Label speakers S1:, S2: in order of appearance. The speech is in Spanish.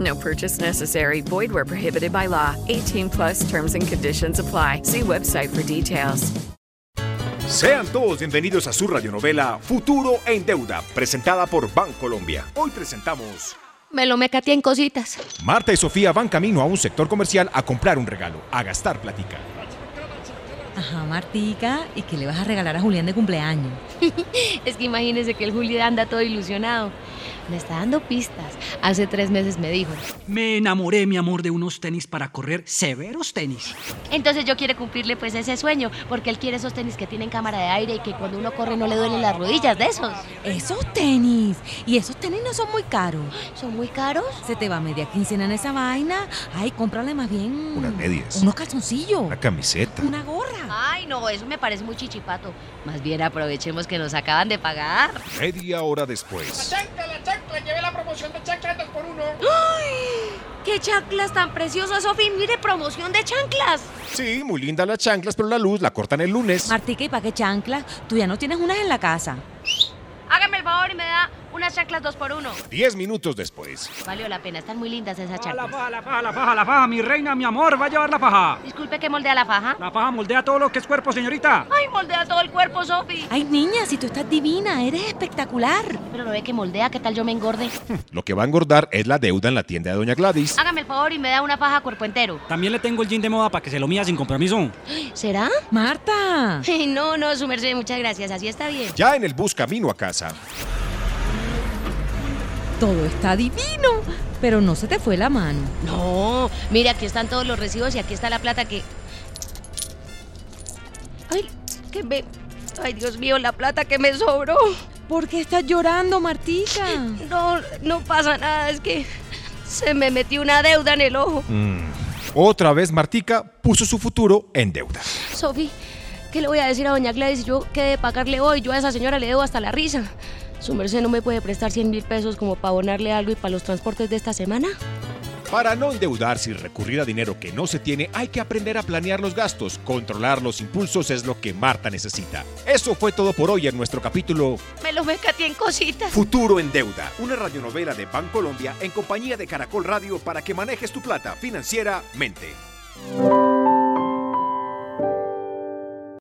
S1: No purchase necessary. Void where prohibited by law. 18 plus terms and conditions apply. See website for details.
S2: Sean todos bienvenidos a su radionovela Futuro en Deuda, presentada por Bancolombia. Hoy presentamos...
S3: Me lo mecatía en cositas.
S2: Marta y Sofía van camino a un sector comercial a comprar un regalo, a gastar platica.
S4: Ajá, Martica, ¿y qué le vas a regalar a Julián de cumpleaños?
S3: Es que imagínense que el Juli anda todo ilusionado. Me está dando pistas. Hace tres meses me dijo.
S5: Me enamoré, mi amor, de unos tenis para correr, severos tenis.
S3: Entonces yo quiero cumplirle pues ese sueño, porque él quiere esos tenis que tienen cámara de aire y que cuando uno corre no le duelen las rodillas de esos.
S4: Esos tenis. Y esos tenis no son muy caros.
S3: ¿Son muy caros?
S4: Se te va media quincena en esa vaina. Ay, cómprale más bien.
S2: Unas medias.
S4: Unos calzoncillos.
S2: Una camiseta.
S4: Una gorra.
S3: Ay, no, eso me parece muy chichipato. Más bien aprovechemos que nos acaban de pagar.
S2: Media hora después.
S6: chancla, la chancla, llevé la promoción de chancla 2x1.
S3: ¡Ay! ¡Qué chanclas tan preciosas, Sofi! ¡Mire, promoción de chanclas!
S2: Sí, muy lindas las chanclas, pero la luz la cortan el lunes.
S4: Martica, ¿y para qué chancla? Tú ya no tienes unas en la casa.
S3: Hágame el favor y me da unas chanclas dos por uno.
S2: Diez minutos después.
S3: Valió la pena, están muy lindas esas
S5: Ah, La
S3: chanclas.
S5: faja, la faja, la faja, la faja, mi reina, mi amor, va a llevar la faja.
S3: Disculpe que moldea la faja.
S5: La faja moldea todo lo que es cuerpo, señorita.
S3: ¡Ay, moldea todo el cuerpo, Sofi!
S4: Ay, niña, si tú estás divina, eres espectacular.
S3: Pero no ve que moldea, ¿qué tal yo me engorde?
S2: Lo que va a engordar es la deuda en la tienda de Doña Gladys.
S3: Hágame el favor y me da una faja a cuerpo entero.
S5: También le tengo el jean de moda para que se lo mida sin compromiso.
S3: ¿Será?
S4: Marta.
S3: Ay, No, no, su merced, muchas gracias. Así está bien.
S2: Ya en el bus camino a casa.
S4: Todo está divino, pero no se te fue la mano.
S3: No, mire, aquí están todos los recibos y aquí está la plata que. Ay, que me. Ay, Dios mío, la plata que me sobró.
S4: ¿Por qué estás llorando, Martica?
S3: No, no pasa nada, es que se me metió una deuda en el ojo.
S2: Otra vez Martica puso su futuro en deuda.
S3: Sofi, ¿qué le voy a decir a doña Gladys? Yo quedé de pagarle hoy, yo a esa señora le debo hasta la risa. Su merced no me puede prestar 100 mil pesos como para abonarle algo y para los transportes de esta semana.
S2: Para no endeudarse y recurrir a dinero que no se tiene, hay que aprender a planear los gastos. Controlar los impulsos es lo que Marta necesita. Eso fue todo por hoy en nuestro capítulo
S3: Me lo mecatí en cositas.
S2: Futuro en Deuda, una radionovela de Bancolombia en compañía de Caracol Radio para que manejes tu plata financieramente.